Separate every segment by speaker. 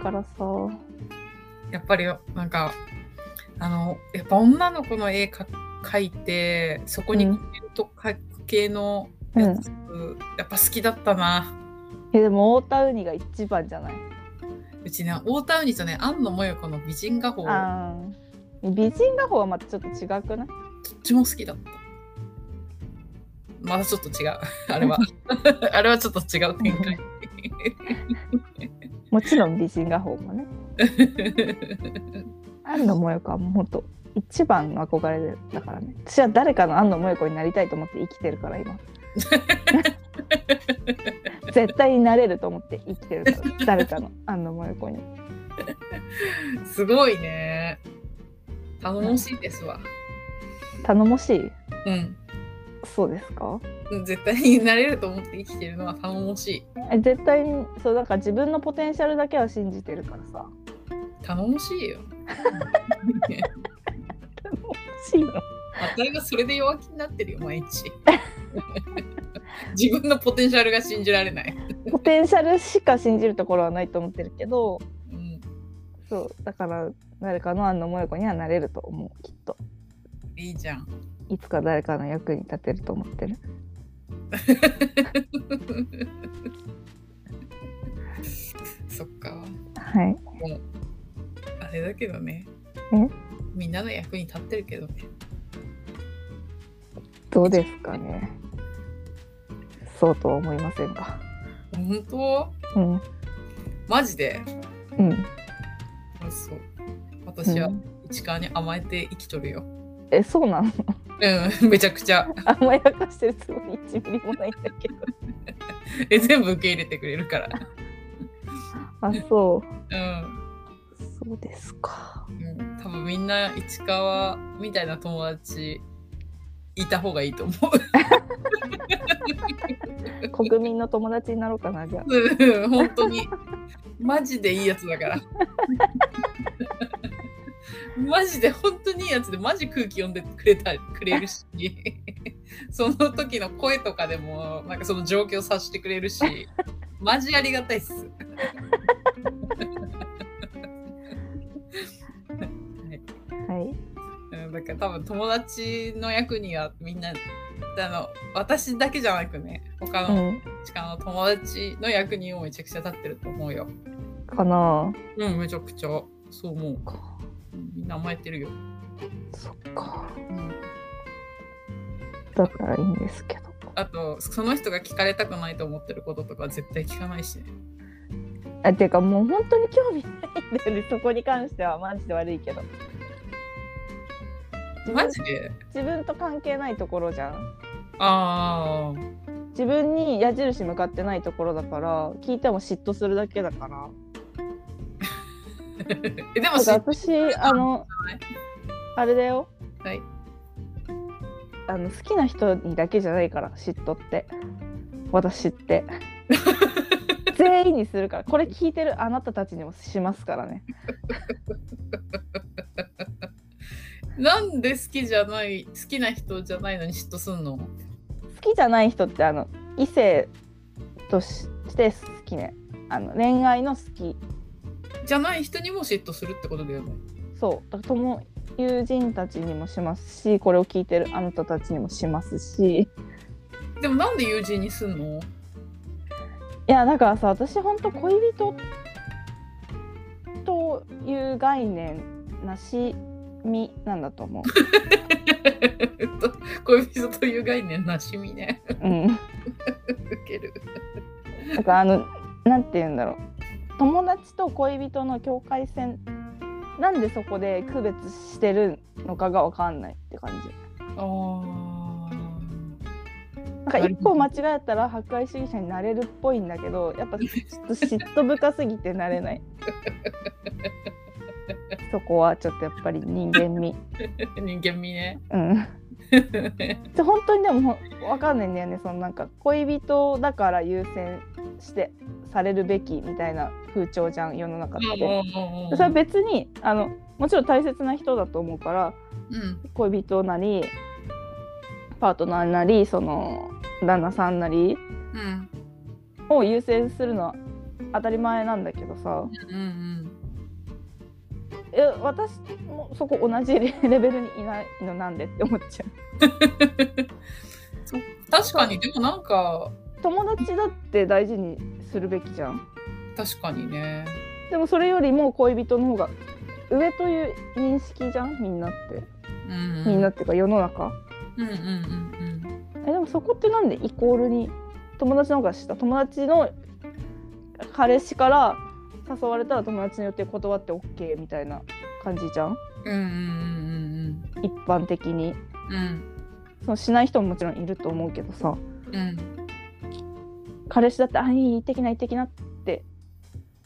Speaker 1: からさ
Speaker 2: やっぱりなんかあのやっぱ女の子の絵か描いてそこに
Speaker 1: う
Speaker 2: コ
Speaker 1: ん
Speaker 2: メント書く系のやつ、やっぱ好きだったな
Speaker 1: えでも太田ウニが一番じゃないう
Speaker 2: ちね太田ウニとね庵野萌子の美人画法どっ
Speaker 1: あー美人画法はまたちょっと違くない
Speaker 2: ちも好きだったまだちょっと違う あれはあれはちょっと違う展開
Speaker 1: もちろん美人画法もね安野萌子はもうほんと一番の憧れだからね私は誰かの安野萌子になりたいと思って生きてるから今 絶対になれると思って生きてるから誰かの安野萌子に
Speaker 2: すごいね頼もしいですわ
Speaker 1: 頼もしい
Speaker 2: うん
Speaker 1: そうですか
Speaker 2: 絶対になれると思って生きてるのは頼もしい
Speaker 1: え絶対にそうなんか自分のポテンシャルだけは信じてるからさ
Speaker 2: 頼もしいよ
Speaker 1: 頼もしいの
Speaker 2: あたいがそれで弱気になってるよ毎日 自分のポテンシャルが信じられない、
Speaker 1: ポテンシャルしか信じるところはないと思ってるけど
Speaker 2: うん、
Speaker 1: そうだから誰かの安野萌子にはなれると思うきっと
Speaker 2: いいじゃん
Speaker 1: いつか誰かの役に立てると思ってる
Speaker 2: そっか
Speaker 1: はい
Speaker 2: もうあれだけどね
Speaker 1: え
Speaker 2: みんなの役に立ってるけどね
Speaker 1: どうですかねそうとは思いませんか
Speaker 2: 本当
Speaker 1: うん
Speaker 2: マジで
Speaker 1: うん
Speaker 2: そう私は
Speaker 1: うん
Speaker 2: 市川に甘えて生きとるよ
Speaker 1: えそうなの
Speaker 2: うんめちゃくちゃ
Speaker 1: 甘やかしてるつもり1ミリもないんだけど
Speaker 2: え全部受け入れてくれるから
Speaker 1: あそう
Speaker 2: うん
Speaker 1: そうです か
Speaker 2: うん多分みんな市川みたいな友達いた方がいいと思う。
Speaker 1: 国民の友達になろうかなじゃあ
Speaker 2: うん本当にマジでいいやつだから。マジで本当にいいやつでマジ空気読んでくれたくれるしその時の声とかでもなんかその状況察してくれるしマジありがたいっす。はい
Speaker 1: はい
Speaker 2: うん、だから多分友達の役にはみんなあの私だけじゃなくね他
Speaker 1: う
Speaker 2: の
Speaker 1: ん
Speaker 2: 近の友達の役にもめちゃくちゃ立ってると思うよ。
Speaker 1: かな
Speaker 2: うんめちゃくちゃそう思う。
Speaker 1: か
Speaker 2: うんみんな甘えてるよ。
Speaker 1: そっか
Speaker 2: うん、
Speaker 1: だったらいいんですけど
Speaker 2: あとその人が聞かれたくないと思ってることとか絶対聞かないしね。
Speaker 1: あていうかもう本当に興味ないんだよねそ こに関してはマジで悪いけど自分
Speaker 2: マジで
Speaker 1: 自分と関係ないところじゃん
Speaker 2: ああ
Speaker 1: 自分に矢印向かってないところだから聞いても嫉妬するだけだから
Speaker 2: えでも
Speaker 1: だ
Speaker 2: し
Speaker 1: から私あのあれだよ
Speaker 2: はい
Speaker 1: あの好きな人にだけじゃないから嫉妬って私って 全員にするからこれ聞いてるあなたたちにもしますからね
Speaker 2: なんで好きじゃない好きな人じゃないのに嫉妬すんの
Speaker 1: 好きじゃない人ってあの異性としして好きねあの恋愛の好き
Speaker 2: じゃない人にも嫉妬するってことだよね。
Speaker 1: そうだから友友人たちにもしますしこれを聞いてるあなたたちにもしますし
Speaker 2: でもなんで友人にすんの
Speaker 1: い やだからさ私ほんと恋人という概念なしみなんだと思う。
Speaker 2: 恋人という概念なしみね。
Speaker 1: うん、
Speaker 2: 受ける。
Speaker 1: だからあのなんて言うんだろう友達と恋人の境界線なんでそこで区別してるのかがわかんないって感じ。
Speaker 2: あ
Speaker 1: なんか一歩間違えたら破壊主義者になれるっぽいんだけどやっぱちょっと嫉妬深すぎてなれないそこはちょっとやっぱり人間味
Speaker 2: あ。 人間味ね。
Speaker 1: うんで本当にでも分かんないんだよねそのなんか恋人だから優先してされるべきみたいな風潮じゃん世の中ってそれは別にあのもちろん大切な人だと思うから
Speaker 2: うん。
Speaker 1: 恋人なりパートナーなりその旦那さんなり
Speaker 2: うん。
Speaker 1: を優先するのは当たり前なんだけどさ
Speaker 2: うん
Speaker 1: え私もそこ同じレレベルにいないのなんでって思っちゃう
Speaker 2: 確かにでもなんか
Speaker 1: 友達だって大事にするべきじゃん
Speaker 2: 確かにね
Speaker 1: でもそれよりも恋人の方が上という認識じゃんみんなって
Speaker 2: うん
Speaker 1: みんなっていうか世の中、
Speaker 2: うんうんうん
Speaker 1: えでもそこってなんでイコールに友達の方が下友達の彼氏から誘われたら友達によって断って OK みたいな感じじゃん
Speaker 2: うんうんうん
Speaker 1: 一般的に
Speaker 2: うんうん
Speaker 1: そのしない人ももちろんいると思うけどさ
Speaker 2: うんうん
Speaker 1: 彼氏だって「あいい行ってきな行ってきな」って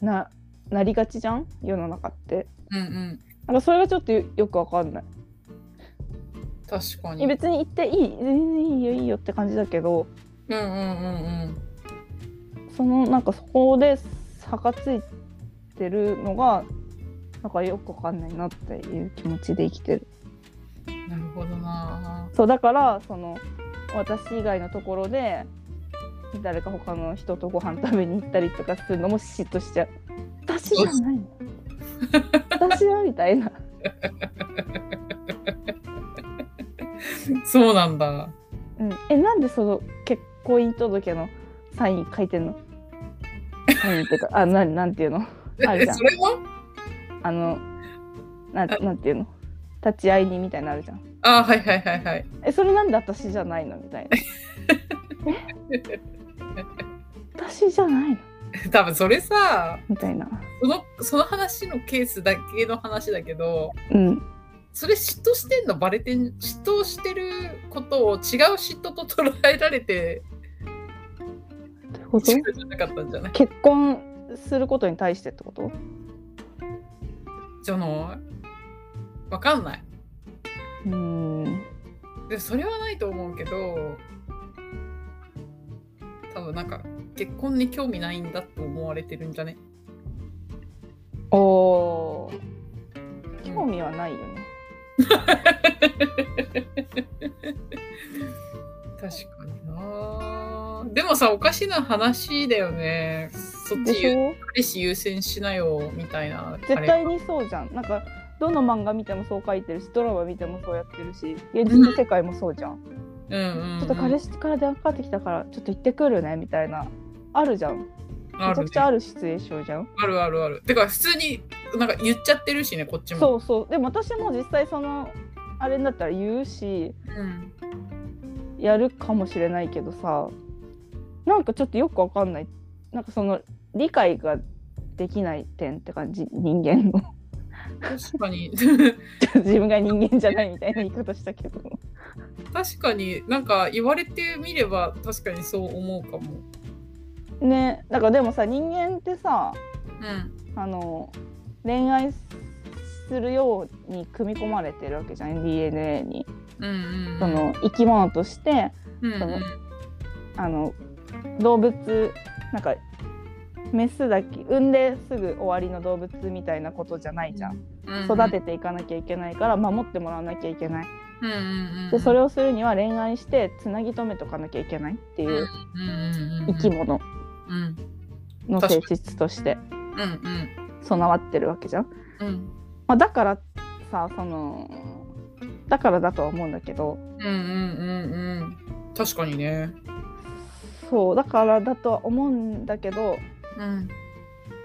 Speaker 1: ななりがちじゃん世の中って
Speaker 2: うんうん
Speaker 1: なんかそれがちょっとよよくわかんない
Speaker 2: 確か
Speaker 1: いや
Speaker 2: に
Speaker 1: 別に行っていい全然いいよいいよって感じだけど
Speaker 2: うんうんうん
Speaker 1: そのなんかそこで差がついてるのがなんかよくわかんないなっていう気持ちで生きてる
Speaker 2: うんなるほどな
Speaker 1: そうだからその私以外のところで誰か他の人とご飯食べに行ったりとかするのも嫉妬しちゃう私じゃないの私はみたいな
Speaker 2: そうなんだ
Speaker 1: うん、えなんでその結婚届のサイン書いてんのサインってかあななんていうのある
Speaker 2: え
Speaker 1: じゃん
Speaker 2: それは
Speaker 1: あのななんていうの立ち会いにみたいなのあるじゃん
Speaker 2: あはいはいはいはい
Speaker 1: えそれなんで私じゃないのみたいなえ私じゃないの
Speaker 2: 多分それさ
Speaker 1: みたいな
Speaker 2: そのその話のケースだけの話だけど
Speaker 1: うん
Speaker 2: それ嫉妬してんのバレてん嫉妬してることを違う嫉妬と捉えられて
Speaker 1: どういうこと
Speaker 2: 違うじゃなかったんじゃない
Speaker 1: 結婚することに対してってこと
Speaker 2: じゃないわかんない
Speaker 1: うん
Speaker 2: でそれはないと思うけど多分なんか結婚に興味ないんだと思われてるんじゃね
Speaker 1: おー
Speaker 2: うん
Speaker 1: 興味はないよね
Speaker 2: 確かになでもさおかしな話だよねそっ
Speaker 1: で
Speaker 2: ち
Speaker 1: しょ
Speaker 2: 彼氏優先しなよみたいな
Speaker 1: 絶
Speaker 2: あれ
Speaker 1: 対にそうじゃんなんかどの漫画見てもそう書いてるしドラマ見てもそうやってるし現実の世界もそうじゃん、
Speaker 2: うんうんうん、
Speaker 1: ちょっと彼氏から電話かかってきたからちょっと行ってくるねみたいなあるじゃんめ
Speaker 2: あ
Speaker 1: ちゃ
Speaker 2: るね
Speaker 1: くちゃあるシチュエーションじゃん、
Speaker 2: あるあるある。てか普通になんか言っちゃってるしねこっちも。
Speaker 1: そうそうでも私も実際そのあれになったら言うし
Speaker 2: うん。
Speaker 1: やるかもしれないけどさなんかちょっとよくわかんないなんかその理解ができない点って感じ人間の
Speaker 2: 確かに
Speaker 1: 自分が人間じゃないみたいな言い方したけど
Speaker 2: 確かになんか言われてみれば確かにそう思うかも。
Speaker 1: ねなんかでもさ人間ってさ
Speaker 2: うん。
Speaker 1: あの恋愛するように組み込まれてるわけじゃん DNA に。
Speaker 2: うんうんうん。
Speaker 1: その生き物として
Speaker 2: うんうん
Speaker 1: そのあの動物なんかメスだけ産んですぐ終わりの動物みたいなことじゃないじゃん
Speaker 2: うんうん
Speaker 1: 育てていかなきゃいけないから守ってもらわなきゃいけない
Speaker 2: うんうんうん。
Speaker 1: でそれ
Speaker 2: を
Speaker 1: をするには恋愛してつなぎ止めとかなきゃいけないっていう生き。
Speaker 2: 生
Speaker 1: 物
Speaker 2: うん
Speaker 1: の性質として
Speaker 2: うんうん
Speaker 1: 備わってるわけじゃん、
Speaker 2: うん
Speaker 1: まあ、だからさそのだからだとは思うんだけど
Speaker 2: うんうんうんうん。確かにね。
Speaker 1: そうだからだとは思うんだけど
Speaker 2: うん。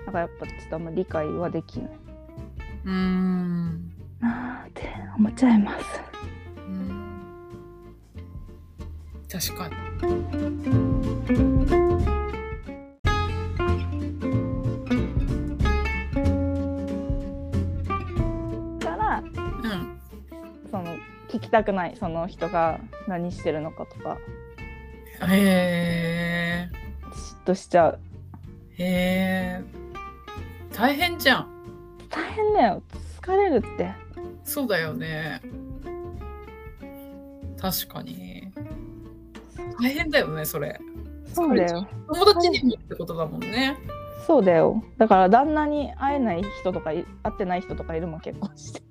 Speaker 1: なんかやっぱちょっとあんま理解はできない。
Speaker 2: うーん。
Speaker 1: なーって思っちゃいます。
Speaker 2: うん確かに。
Speaker 1: から
Speaker 2: うん。
Speaker 1: その聞きたくないその人が何してるのかとか
Speaker 2: へ
Speaker 1: 嫉
Speaker 2: ー。
Speaker 1: 妬しちゃう
Speaker 2: へえ大変じゃん
Speaker 1: 大変だよ疲れるって
Speaker 2: そうだよね確かに大変だよねそれ
Speaker 1: そうだよ
Speaker 2: 友達にもってことだもんね
Speaker 1: そうだよだから旦那に会えない人とかい会ってない人とかいるもん結婚して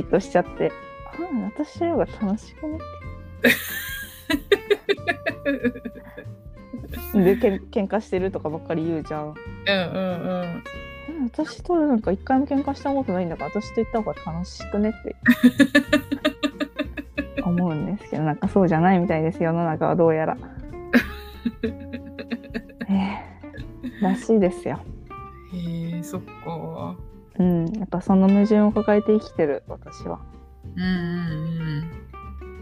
Speaker 1: 嫉妬しちゃってあ私の方が楽しくねでけん喧嘩してるとかばっかり言うじゃん。
Speaker 2: うんうんうん。
Speaker 1: うん私となんか一回も喧嘩したことないんだから私と行った方が楽しくねって 思うんですけどなんかそうじゃないみたいです世の中はどうや ら。ええらしいですよ。
Speaker 2: へえ、そっか。
Speaker 1: うん、やっぱその矛盾を抱えて生きてる私は。
Speaker 2: うんうんうん。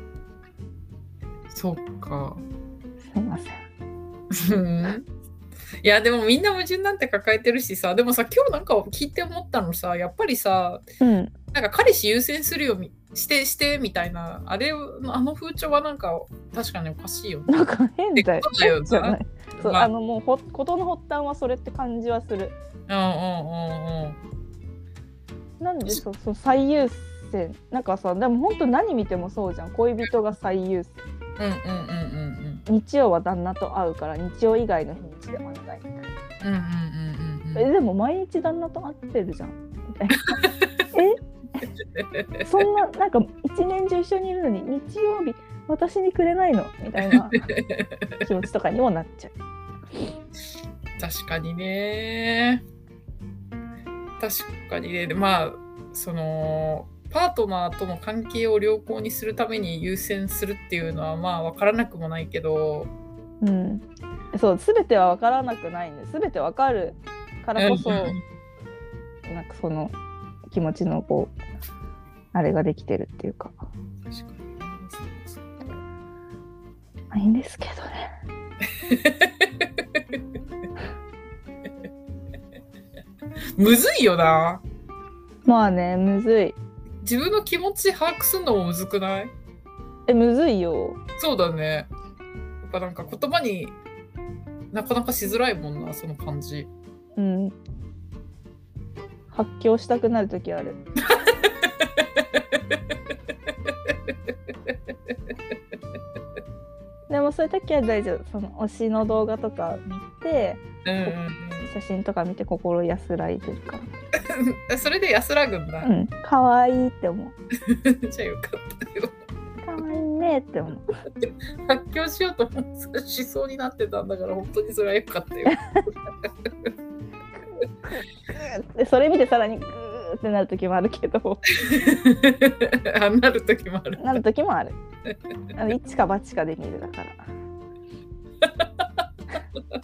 Speaker 2: そっか。
Speaker 1: すいません。
Speaker 2: うんいやでもみんな矛盾なんて抱えてるしさでもさ今日なんか聞いて思ったのさやっぱりさ
Speaker 1: うん、
Speaker 2: なんか彼氏優先するよみしてしてみたいなあれをあの風潮はなんか確かにおかしいよね。
Speaker 1: なんか変だよ
Speaker 2: ってことだよな
Speaker 1: じゃない。そう、
Speaker 2: まあ
Speaker 1: あのもうほことの発端はそれって感じはする。
Speaker 2: うんうんうんうん。
Speaker 1: なんでそうそう最優先なんかさでも本当何見てもそうじゃん恋人が最優先
Speaker 2: うんうんうんうん
Speaker 1: 日曜は旦那と会うから日曜以外の日にちでお願いみたいな
Speaker 2: うん。うんうんうんうんう
Speaker 1: え
Speaker 2: ん。
Speaker 1: でも毎日旦那と会ってるじゃんみたいなえそんななんか一年中一緒にいるのに日曜日私にくれないのみたいな気持ちとかにもなっちゃう
Speaker 2: 確かにね。確かにね。でまあそのパートナーとの関係を良好にするために優先するっていうのはまあ分からなくもないけど。
Speaker 1: うんそう全ては分からなくないんで全て分かるからこそ、
Speaker 2: うんうん
Speaker 1: なんかその気持ちのこうあれができてるっていうか
Speaker 2: 確かにねそうそう
Speaker 1: まあいいんですけどね。
Speaker 2: むずいよな。
Speaker 1: まあねむずい。
Speaker 2: 自分の気持ち把握するのもむずくない
Speaker 1: えむずいよ。
Speaker 2: そうだね。やっぱなんか言葉になかなかしづらいもんな、その感じ。
Speaker 1: うん。発狂したくなる時ある。でもそういう時は大丈夫。その推しの動画とか見て
Speaker 2: うんうん
Speaker 1: 写真とか見て心安らいでるか
Speaker 2: うん。 それで安らぐんだ
Speaker 1: ら。う。ん。可愛いって思う。
Speaker 2: じゃあよかったよ。
Speaker 1: 可愛いねって思う。
Speaker 2: 発狂しようと思ってしそうになってたんだから、本当にそれはよかったよ。
Speaker 1: でそれ見てさらにグーってなる時もあるけど、
Speaker 2: あなる時もある。
Speaker 1: なる時もある。あの一か八かで見るだから。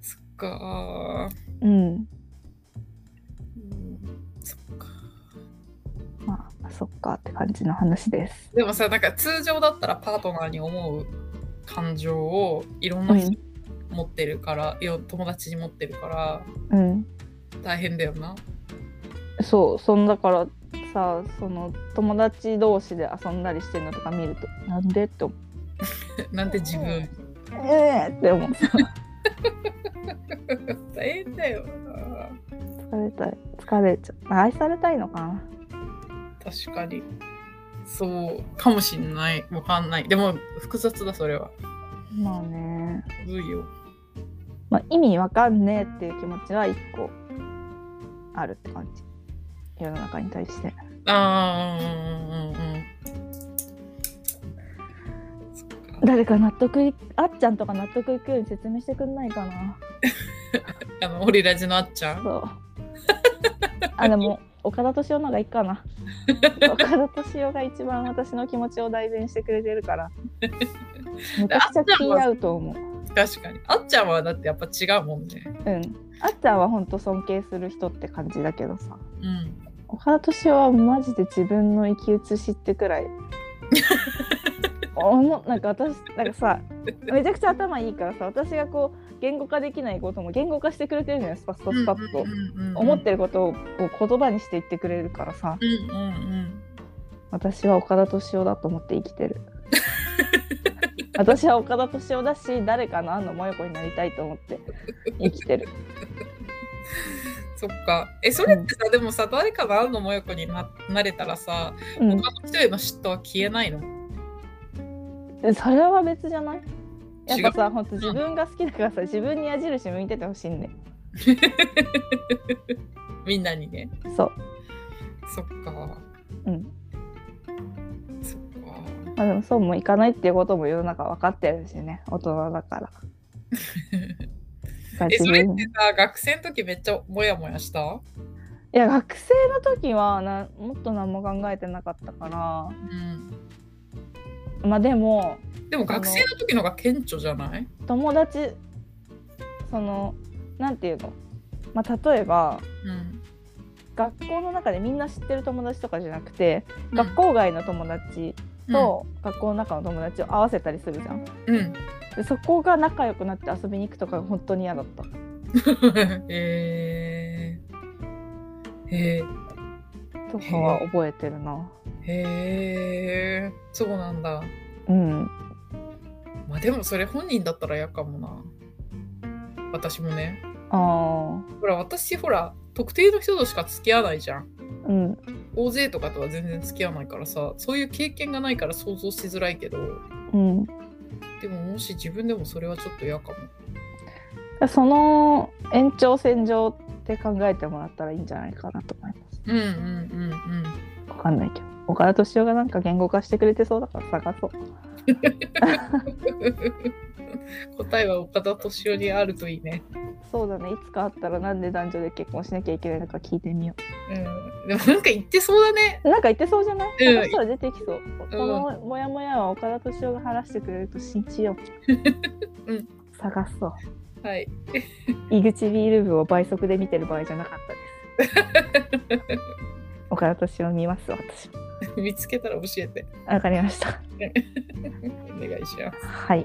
Speaker 2: そっか。
Speaker 1: うん。
Speaker 2: うんそっか。
Speaker 1: まあそっかって感じの話です。
Speaker 2: でもさなんか通常だったらパートナーに思う感情をいろんな人
Speaker 1: う
Speaker 2: に持ってるから、いや友達に持ってるから
Speaker 1: うん。
Speaker 2: 大変だよな。
Speaker 1: そう、そんだからさ、その友達同士で遊んだりしてるのとか見ると、なんでって思う。
Speaker 2: なんて自分
Speaker 1: ええって思う。
Speaker 2: 大変だよな。
Speaker 1: 疲れたい。疲れちゃう。愛されたいのかな。
Speaker 2: 確かにそうかもしんないわかんないでも複雑だそれは。
Speaker 1: まあね。
Speaker 2: むずいよ。
Speaker 1: まあ意味わかんねえっていう気持ちは一個あるって感じ。世の中に対して。
Speaker 2: あーうんうんうんうん。そっか
Speaker 1: 誰か納得いあっちゃんとか納得いくように説明してくんないかな。
Speaker 2: あのオリラジのあっちゃん。
Speaker 1: そう。あでも岡田敏夫の方がいいかな。岡田敏夫が一番私の気持ちを代弁してくれてる から。めちゃくちゃ気合うと思う。
Speaker 2: 確かに。あっちゃんはだってやっぱ違うもんね。
Speaker 1: うん。あっちゃんは本当尊敬する人って感じだけどさ。
Speaker 2: うん。
Speaker 1: 岡田敏夫はマジで自分の生き写しってく らい。おもなんか私なんかさめちゃくちゃ頭いいからさ私がこう言語化できないことも言語化してくれてるのよスパッとスパッと
Speaker 2: うんうんうんうん
Speaker 1: 思ってることをこう言葉にして言ってくれるからさ
Speaker 2: うんうんうん。
Speaker 1: 私は岡田敏夫だと思って生きて る私は岡田敏夫だし誰かの安野萌子になりたいと思って生きてる
Speaker 2: そっか。え、それってさ、でもさ、誰かが会うのもよこにななれたらさ、
Speaker 1: うん
Speaker 2: 他の人への嫉妬は消えないの
Speaker 1: でそれは別じゃないやっぱ
Speaker 2: 違
Speaker 1: さほんと自分が好きだからさ自分に矢印向いててほしいんで
Speaker 2: みんなにね。
Speaker 1: そう
Speaker 2: そっか。
Speaker 1: うん
Speaker 2: そっか。
Speaker 1: まあ、でもそうもいかないっていうことも世の中分かってるしね大人だ から。
Speaker 2: えそれってさ学生の時めっちゃモヤモヤした
Speaker 1: いや学生の時はなもっと何も考えてなかったか
Speaker 2: うん
Speaker 1: らまあでも
Speaker 2: でも学生の時のが顕著じゃない
Speaker 1: 友達そのなんていうの、まあ、例えば
Speaker 2: うん
Speaker 1: 学校の中でみんな知ってる友達とかじゃなくて
Speaker 2: うん
Speaker 1: 学校外の友達と学校の中の友達を合わせたりするじゃん。
Speaker 2: うん
Speaker 1: でそこが仲良くなって遊びに行くとかが本当に嫌だった。
Speaker 2: えー、えー、
Speaker 1: とかは覚えてるな。
Speaker 2: えー、そうなんだ
Speaker 1: うん。
Speaker 2: まあでもそれ本人だったら嫌かもな私もね
Speaker 1: あ
Speaker 2: ほら私ほら特定の人としか付き合わないじゃん
Speaker 1: あ。うん。
Speaker 2: 大勢とかとは全然付き合わないからさそういう経験がないから想像しづらいけど
Speaker 1: うん。
Speaker 2: でももし自分でもそれはちょっと嫌かも
Speaker 1: その延長線上って考えてもらったらいいんじゃないかなと思います。
Speaker 2: うんうんうんうん
Speaker 1: わかんないけど。岡田敏夫がなんか言語化してくれてそうだから探そう。
Speaker 2: 答えは岡田敏夫にあるといいね。
Speaker 1: そうだね。いつかあったらなんで男女で結婚しなきゃいけないのか聞いてみよ
Speaker 2: うん、でもなんか言ってそうだね。
Speaker 1: う。なんか言ってそうじゃない、
Speaker 2: うん
Speaker 1: そしたら出てきそう。このモヤモヤは岡田敏夫が晴らしてくれると信じよう。
Speaker 2: うん
Speaker 1: 探そう。
Speaker 2: はい。
Speaker 1: 井口ビール部を倍速で見てる場合じゃなかったです。 岡田敏夫見ます私も。
Speaker 2: 見つけたら教えて。
Speaker 1: わかりました。
Speaker 2: お願いします。
Speaker 1: はい。
Speaker 2: はい。